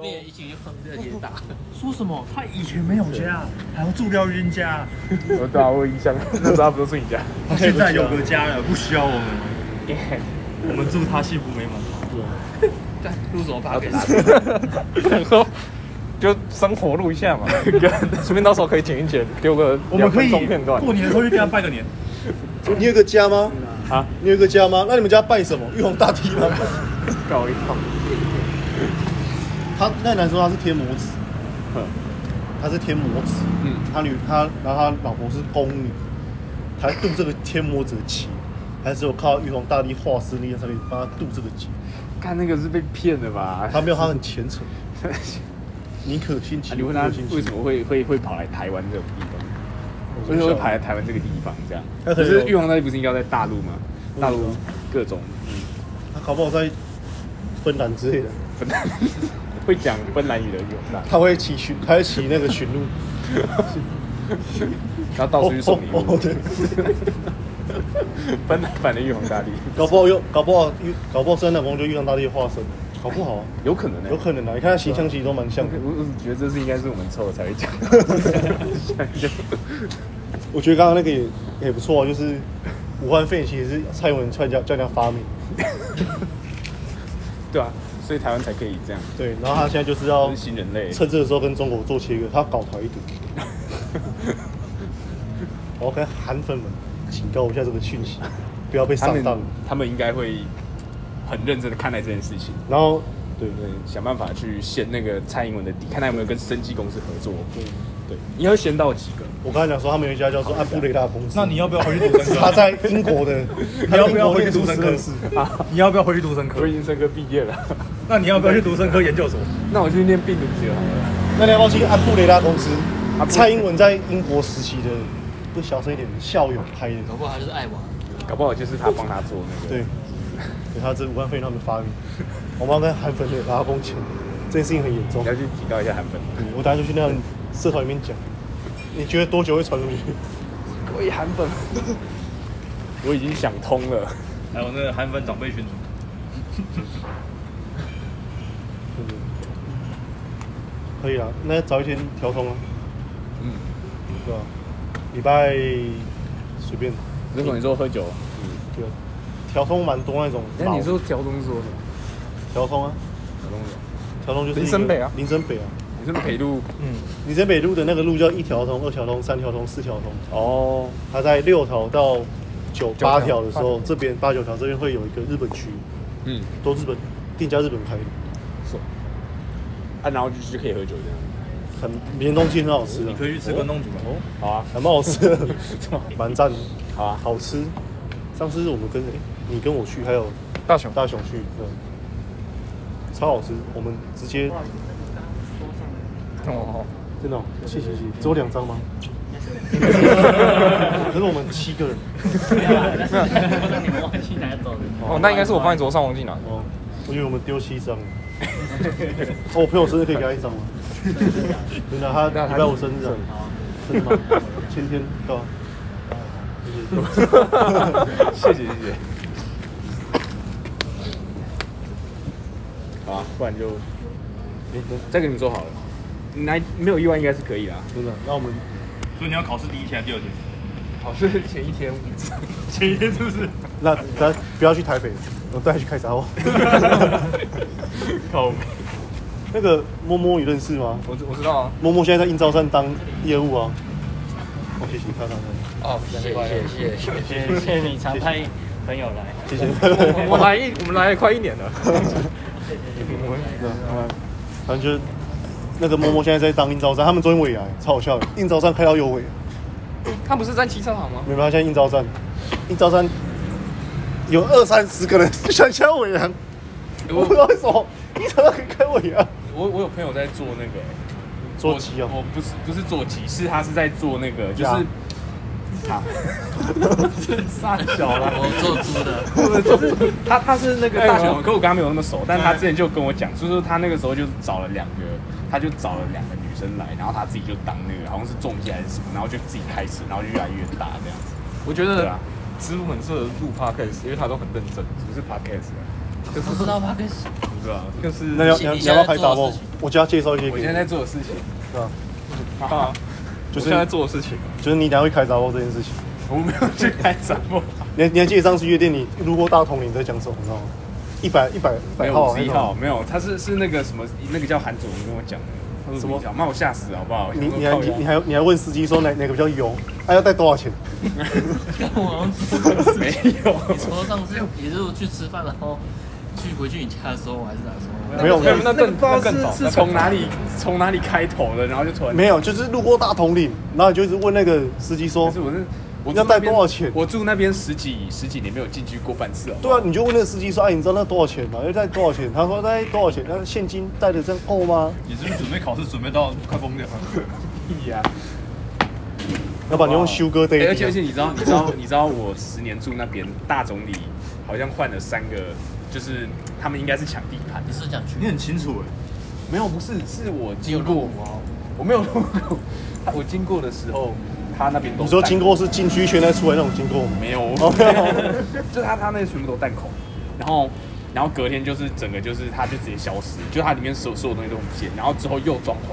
被一起去碰这些打，说什么？他以前没有家，还要住廖云 家，我对啊，我有印象，那时候不都是你 家？他现在有个家了，不需要我们了， 我们祝他幸福美满。干入手怕给他。然后就生活录一下 嘛，顺便到时候可以剪一剪，丢个我们可以两分钟片段。过年的时候去跟他拜个年。你有一个家吗？啊，你有一个家吗？那你们家拜什么？玉皇大帝 吗？搞一套，他那男生他是天魔子嗯，他是天魔子，嗯，他女他然后他老婆是宫女，还渡这个天魔子的劫，还是有靠玉皇大帝化身力量才可以帮他渡这个劫。看那个是被骗的吧？ 他没有，他很虔诚，宁可信其啊你有，不 问他可信其为无什么会会会跑来台湾这种地方，我为什不么会晓得跑来台湾这个地方这样？那可可是能有玉皇大帝不是应该在大陆吗？我大不陆知道各种 他搞不好在芬兰之类的，芬兰会讲芬兰语的玉皇大帝，他会骑巡，他会骑那个巡路，然后到处去送礼哦哦物哦。对， 芬兰版的玉皇大帝，搞不好又搞不好玉搞不好真的公就玉皇大帝化身，搞不好啊。有可能呢、欸有可能啊，你看他形象其实都蛮像的。我我只觉得这是应该是我们臭了才会 讲，我觉得刚刚那个也也不错啊，就是武汉肺炎其实是蔡英文蔡家叫人家发明，对啊，所以台湾才可以这样，对，然后他现在就是要是新人类，趁这个时候跟中国做切割，他要搞台独。我要跟韩粉们警告一下这个讯息，不要被他上当们。他们应该会很认真的看待这件事情，然后对对，想办法去陷那个蔡英文的底，看他有没有跟生技公司合作，对对，你要先到几个，我刚才讲说，他们有一家叫做安布雷拉公司，那你要不要回去读是生他科？在英国的， 你要不要回去读读生科？ 你要不要回去读生科 我？已经生科毕业了，那你要不要去读生科研究所？ 那我去念病毒学好了，那你要不要去安布雷拉公司阿？布蔡英文在英国时期的，不小声一点，校友拍的。搞不好他就是爱 玩，搞不好就是他帮他做那个，对，给他这武汉肺炎他们发明， 我们要跟韩粉的拉弓钱，这件事情很严重你要。去警告一下韩粉，嗯我等下就去那样社团里面讲，你觉得多久会传出去？各位韩粉， 我已经想通了，还有那个韩粉长辈群组，嗯可以啊，那早一天调通啊，嗯，对吧、礼拜随便，如果你说喝酒，对啊，调通蛮多那种老。哎那你说调东说什么？调通啊？调东说，调通就是林森北啊林森北啊，你是不是陪路？林森北路的那个路叫一条通、二条通、三条通、四条通。哦，它在六条到九条八条的时候，这边八九条这边会有一个日本区，嗯，都日本店家日本开的，是。啊，然后就是可以喝酒这样。很连东西很好吃的你，可以去吃关东煮啊。好啊，还蛮好吃的，蛮赞的，好啊，好吃。上次我们跟、诶你跟我去，还有大雄大雄去，对，超好吃。我们直接哦，真的、哦，谢谢谢谢，只有两张吗？可是我们七个人不然你们忘记拿走了。哦，那应该是我放在桌上忘记拿。哦，我以为我们丢七张了。 哦，我朋友生日可以给他一张吗？真的，他礼拜五生日啊，真的吗？前天对吧？谢 谢谢谢谢谢。好啊，不然就，哎再跟你们说好了，你来没有意外应该是可以啦。真的，那我们所以你要考试第一天还是第二天？好，是前一天，前一天是不是？ 那咱不要去台北，我带你去开闸哦。 考 那个摸摸你认识吗？我知我知道啊。摸摸现在在应招站当业务啊。哦，谢谢他，他哦，谢谢谢谢谢谢你常派朋友来，谢谢。我们来一我们来了快一年了。反正就是那个摸摸现在在当应招站，他们终于尾牙，超好笑的。应招站开到有尾，他不是在汽车行吗？没办法，现在应招站，应招站有二三十个人想敲尾牙，我不知道为什么应招站可以开尾牙。我我有朋友在做那个、做鸡啊我，我不是不是做鸡，是他是在做那个，就鸭是 他，傻小啦。 我做猪的，就是 他，他是那个大哎雄，呦可我跟他没有那么熟，但哎他之前就跟我讲，就是他那个时候就找了两个，他就找了两个女生来，然后他自己就当那个好像是中介还是什么，然后就自己开始，然后就越来越大这样子。我觉对得啊，师傅很适合录 podcast，因为他都很认真。不是 podcast，啊可是不知道他跟谁不知道。就是那要你要你你现要在不要拍做杂的货事情？我就要介绍一些我给现你在，在做的事情对啊啊，就就是现在做的事情。就是你等下会开杂货这件事情。我没有去开展 播，你还你还记得上次夜店你路过大统领在讲什么，你知道吗？一百一百一没百有号五啊还十是哦一什么号，没有，他是是那个什么，那个叫韩总跟我讲的，他说什么51号，骂我吓死好不好？你你我还想说你你还你还问司机说哪哪个比较油？还、要带多少钱？跟我好像知道 靠腰没有，你说上次也是去吃饭，然后去回去你家的时候，我还是哪时候？没有没有那更那更早，是是从哪里从哪里开头的，然后就突然没有，就是路过大统领，然后你就一直问那个司机说可是，我是我要住那带边多少钱我住那边十几十几年没有进去过半次哦。对啊，你就问那个司机说，哎，你知道那多少钱吗？要带多少钱？他说带多少钱？那现金带的这样够吗？你是不是准备考试准备到快 疯掉了？屁呀！要不然你用啊修哥哎带而且而且一你知道你知道 你知道我十年住那边大总理好像换了三个，就是他们应该是抢地盘。你是想去你很清楚哎、没有，不是，是我有经入过股，哦？我没有路过。 他我经过的时候，他那边都你说淡经过是禁区圈再出来那种经过吗？没有，哦没 有就他他那全部都弹孔，然后然后隔天就是整个就是他就直接消失，就它里面所有所有东西都不见，然后之后又装潢，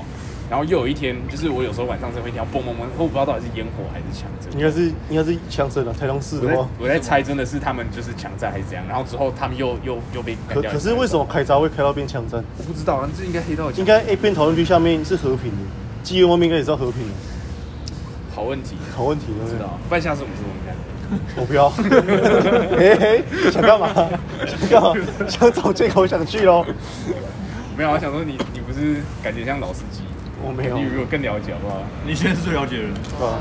然后又有一天就是我有时候晚上真的会听到嘣嘣嘣，我不知道到底是烟火还是强震。应该是应该是强森啊，台中市我的在话。我在猜，真的是他们就是强占还是怎样？然后之后他们又又又被干可掉可是为什么开闸会开到变强森？我不知啊道，这应该黑道应该 A 片讨论区下面是和平的，基友外面应该也是要和平的。好问题？啊好问题，不对知不道，不然下次我们是我们干。对？我不 要。 嘿嘿，想干嘛？想干嘛？想找借口想去喽？没有，我想说你你不是感觉像老司机，我哦没有你比我更了解好不好？你现在是最了解的人，啊，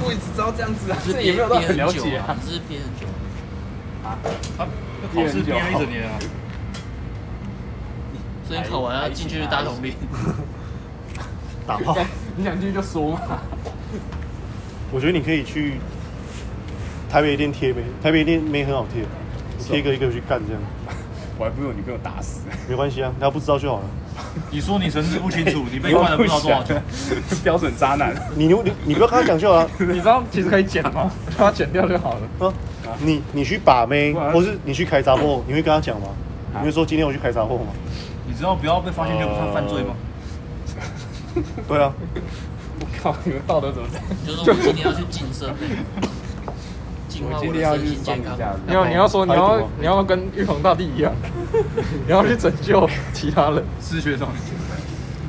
我只知道这样子啊，你是这也没有到憋很憋了很久解啊啊，你是憋很久。他他考试憋了一整年啊，所以考完要进去大统领，打炮。啊 你想进去就说嘛。我觉得你可以去台北一店贴呗，台北一店没很好贴，哦你贴一个一个去干这样，我还不如你被我打死。没关系啊，他不知道就好了。你说你神志不清楚，你被关了不知道多少 天， 标准渣男。你你你你不要跟他讲就好 了你知道其实可以剪吗？把它剪掉就好了。啊。你你去把妹，然或是你去开杂货，你会跟他讲吗？啊你会说今天我去开杂货 吗？你知道不要被发现就不算犯罪吗？对啊，我靠，你们道德怎么这样？就是我今天要去晋升欸，进化我我今的天要身去心帮健一康。下子你要你要说你要排毒啊你要跟玉皇大帝一样，你要去拯救其他人。失学少年，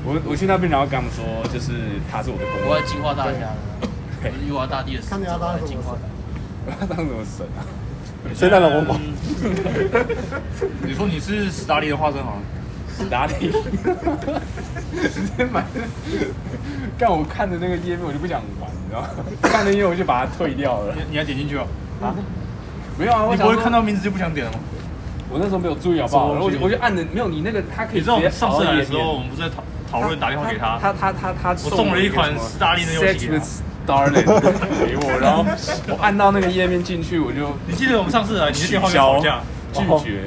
我我去那边，然后跟他们说，就是他是我的公我公要，进化大家了，我是玉皇大帝的使者，看你要当我要什么进化大家。我要当什么神啊？谁来老公嗯公？你说你是史达利的化身好了，哪里？ 直接买。 但我看着那个页面，我就不想玩，你知道吗？看着页面我就把它退掉了。啊你你要点进去啊？没有啊，我你想不会说看到，名字就不想点了吗？我那时候没有注意好不好？什么然后东我西就我就按着，没有你那个，他可你以直知道我接们上次来的时熬候，夜我面们不是在讨讨论打电话给他，他他他他，我送了一款斯大林的游戏啊 Sex 给他 with Starlin 给我，然后我按到那个页面进去，我就你记得我们上次来，你是取电话跟我消吵架，拒绝。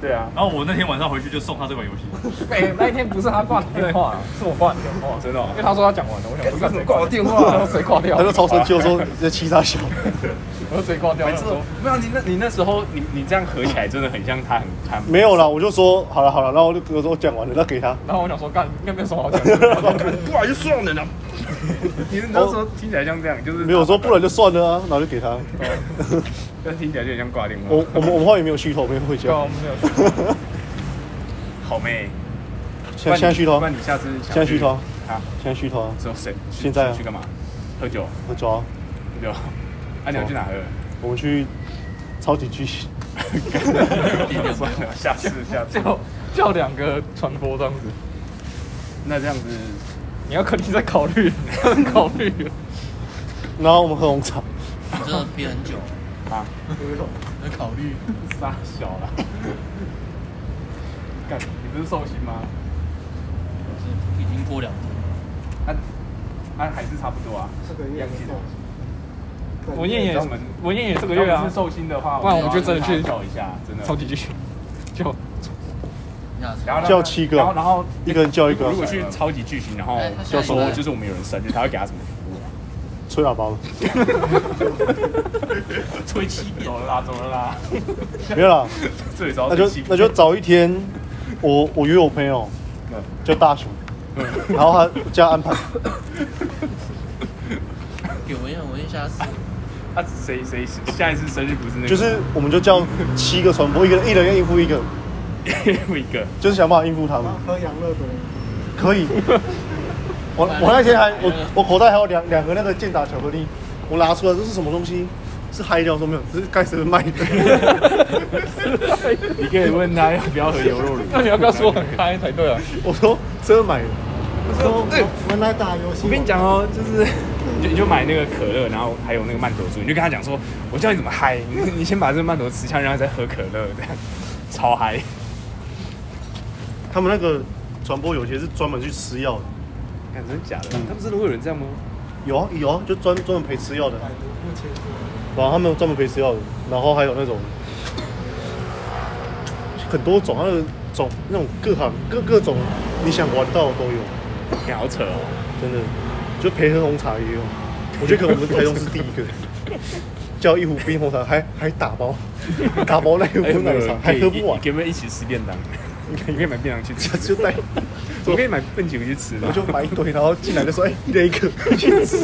对啊，然后我那天晚上回去就送他这款游 戏，哎、那一天不是他挂电话， 是我挂你电话，真的哦因为他说他讲完了，我想说怎么挂我电话，谁挂掉？他就超生气，我说你在气他 小。我说谁挂掉？没错，没有你那，你那时候你你这样合起来真的很像他很他没有啦，我就说好了好了，然后我就跟我说我讲完了，那给他。 然后我想说，干应该没有什么好讲的。不然就算了呢。你那时候听起来像这样，就是没有我说不然就算了啊，然后就给他。嗯但听起来就很像挂电话。哦我我们我们话也没有虚头，没有会对啊讲我。们没有好妹，现在现在虚头不，然你下次想现在虚头，啊？现在虚头啊，之后谁？去现在啊去干嘛？喝酒，我走啊，喝酒。啊，你要去哪喝？我们去超级巨。算了，下次下次。叫叫两个传播这样子，那这样子，你要肯定在考虑，考虑。然后我们喝红茶，你真的憋很久啊？在考虑。傻小了。干，你不是寿星吗？已经过两天了，啊啊，还是差不多啊，一样记得。文彦也什么？文彦也这个月要不啊是，寿星的话，不然我们就真的去找一下，真的超。级继续，就你想然后让他叫七个然后然后一个人叫一个如果去超级巨星，然后哎他下就一个说就是我们有人生日，他会给他什么服务啊？吹喇叭 了，吹七遍走，了啦，走了啦，没有啦，这里找那就那就早一天，我我约我朋友嗯，叫大雄，然后他叫他 安排，给我一下，我一下死。他谁谁下一次生日不是那个，就是我们就叫七个传播，一个人一人要应付一个，我 一个，就是想办法应付他们。喝养乐多，可 以。我我那天还我我口袋还有两两盒那个健达巧克力，我拿出来这是什么东西？是嗨掉说没有，这是该谁卖的？你可以问他要不要喝牛肉乳，那你要不要说很嗨才对啊？我说这买的，哎我们来打游戏。我跟你，讲哦，就是你就你就买那个可乐，然后还有那个曼陀珠，你就跟他讲说，我教你怎么嗨，你你先把这个曼陀吃下去，然后再喝可乐，这样超嗨。他们那个传播有些是专门去吃药的，看真的假的？他们真的会有人这样吗？有啊有啊，就专专门陪吃药的，百毒不侵入，然后他们有专门陪吃药的，然后还有那种很多种，那个种那种各行各各种你想玩到的都有，你好扯哦，真的，就陪喝红茶也有，我觉得可能我们台中是第一个。 叫一壶冰红茶，还还打包，打包那一哎壶奶茶，还喝不完，给我们一起吃便当？ 你可以买便当去吃下，次就带， 我可以买笨酒去吃吧。我就买一堆，然后进来就说，哎、一人一个，先吃，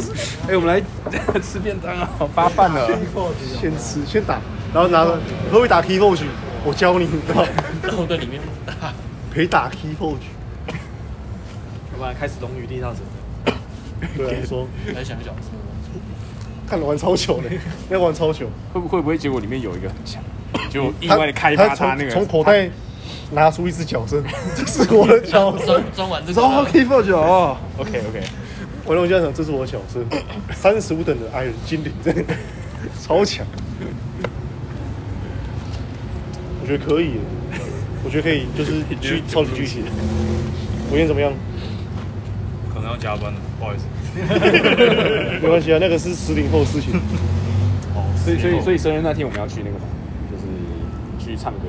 哎、我们来 吃便当啊，发饭了。破敌。先吃，先打，然后拿着，会不会打 key forge？我教你，你知道吗，然后在里 面打，陪打 key forge。好吧，开始龙与地下城。对啊，你说来想一想，什么东 西看玩超久嘞，要玩超久，会不会不会结果里面有一个很强，就意外的开他发嗯他那从个从口袋拿出一只角色， 这是我的角 色。装装完这个，然后 key forge 哦， OK OK，我龙家长，这是我的角色，三十五等的矮人精灵， 真的超强。我觉得可以耶，我觉得可以，就是去超级巨蟹。我演怎么样？可能要加班了，不好意思。没关系啊，那个是十零后的事情。所以所以所以生日那天我们要去那个嘛，就是去唱歌，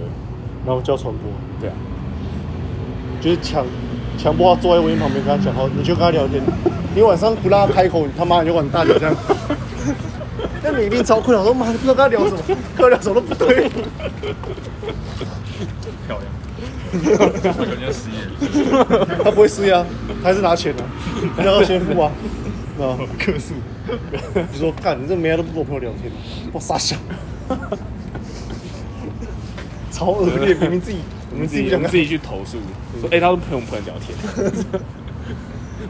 然后叫传播，对啊，就是强强迫他坐在我音旁边跟他讲话，你就跟他聊天。你晚上不让他开口，你他妈你就管大姐这样。那你一定超困扰，我说妈，不知道跟他聊什么，跟他聊什么都不对。漂亮。我感觉失业了。 他不会失业啊，他还是拿钱啊，他要先付 啊，啊，客诉。你说干，你这每天都不跟我朋友聊天，我傻 笑，超恶 劣，明明自己我我们们自自己己我嗯不们想干自，己去投诉，说哎、他都陪我们朋友聊天，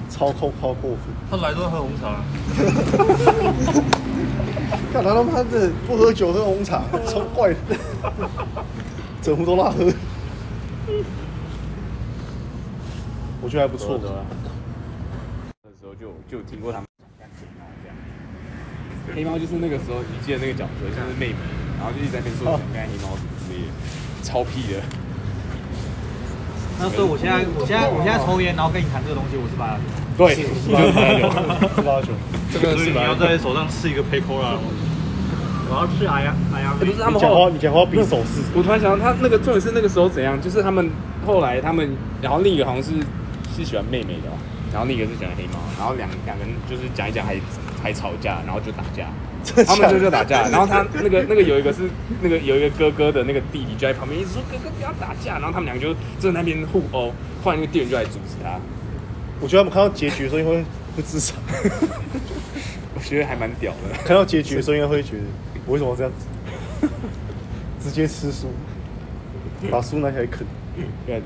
超超超过分，他来都要喝红茶，干他他妈的不喝酒喝红 茶，超怪的，整壶都让他喝，我觉得还不啊错的。那时候就就有听过他们讲黑猫这样。黑猫就是那个时候，你记得那个角色就是妹妹，然后就一直在那边说哦想干黑猫什么之类的，超屁的。那所以我现在，我现在，我现在抽烟，然后跟你谈这个东西，我是八九。 对，就是八九，十八九，这个所以是你吧要在手上刺一个 p a c o l 啊 a 我要吃哎呀哎呀不是他你们讲后话你讲话比手势，我突然想到，他那个重点是那个时候怎样？就是他们后来他们，然后另一个好像是是喜欢妹妹的吧，然后另一个是喜欢黑猫，然后两两个人就是讲一讲还还吵架，然后就打架，他们就就打架，然后他那个那个有一个是那个有一个哥哥的那个弟弟就在旁边一直说哥哥不要打架，然后他们两个就就在那边互殴，后来那个店员就来阻止他，我觉得他们看到结局的时候应该会会自杀。我觉得还蛮屌的。看到结局的时候，应该会觉得我为什么要这样 子？直接吃书，把书拿起来啃。对，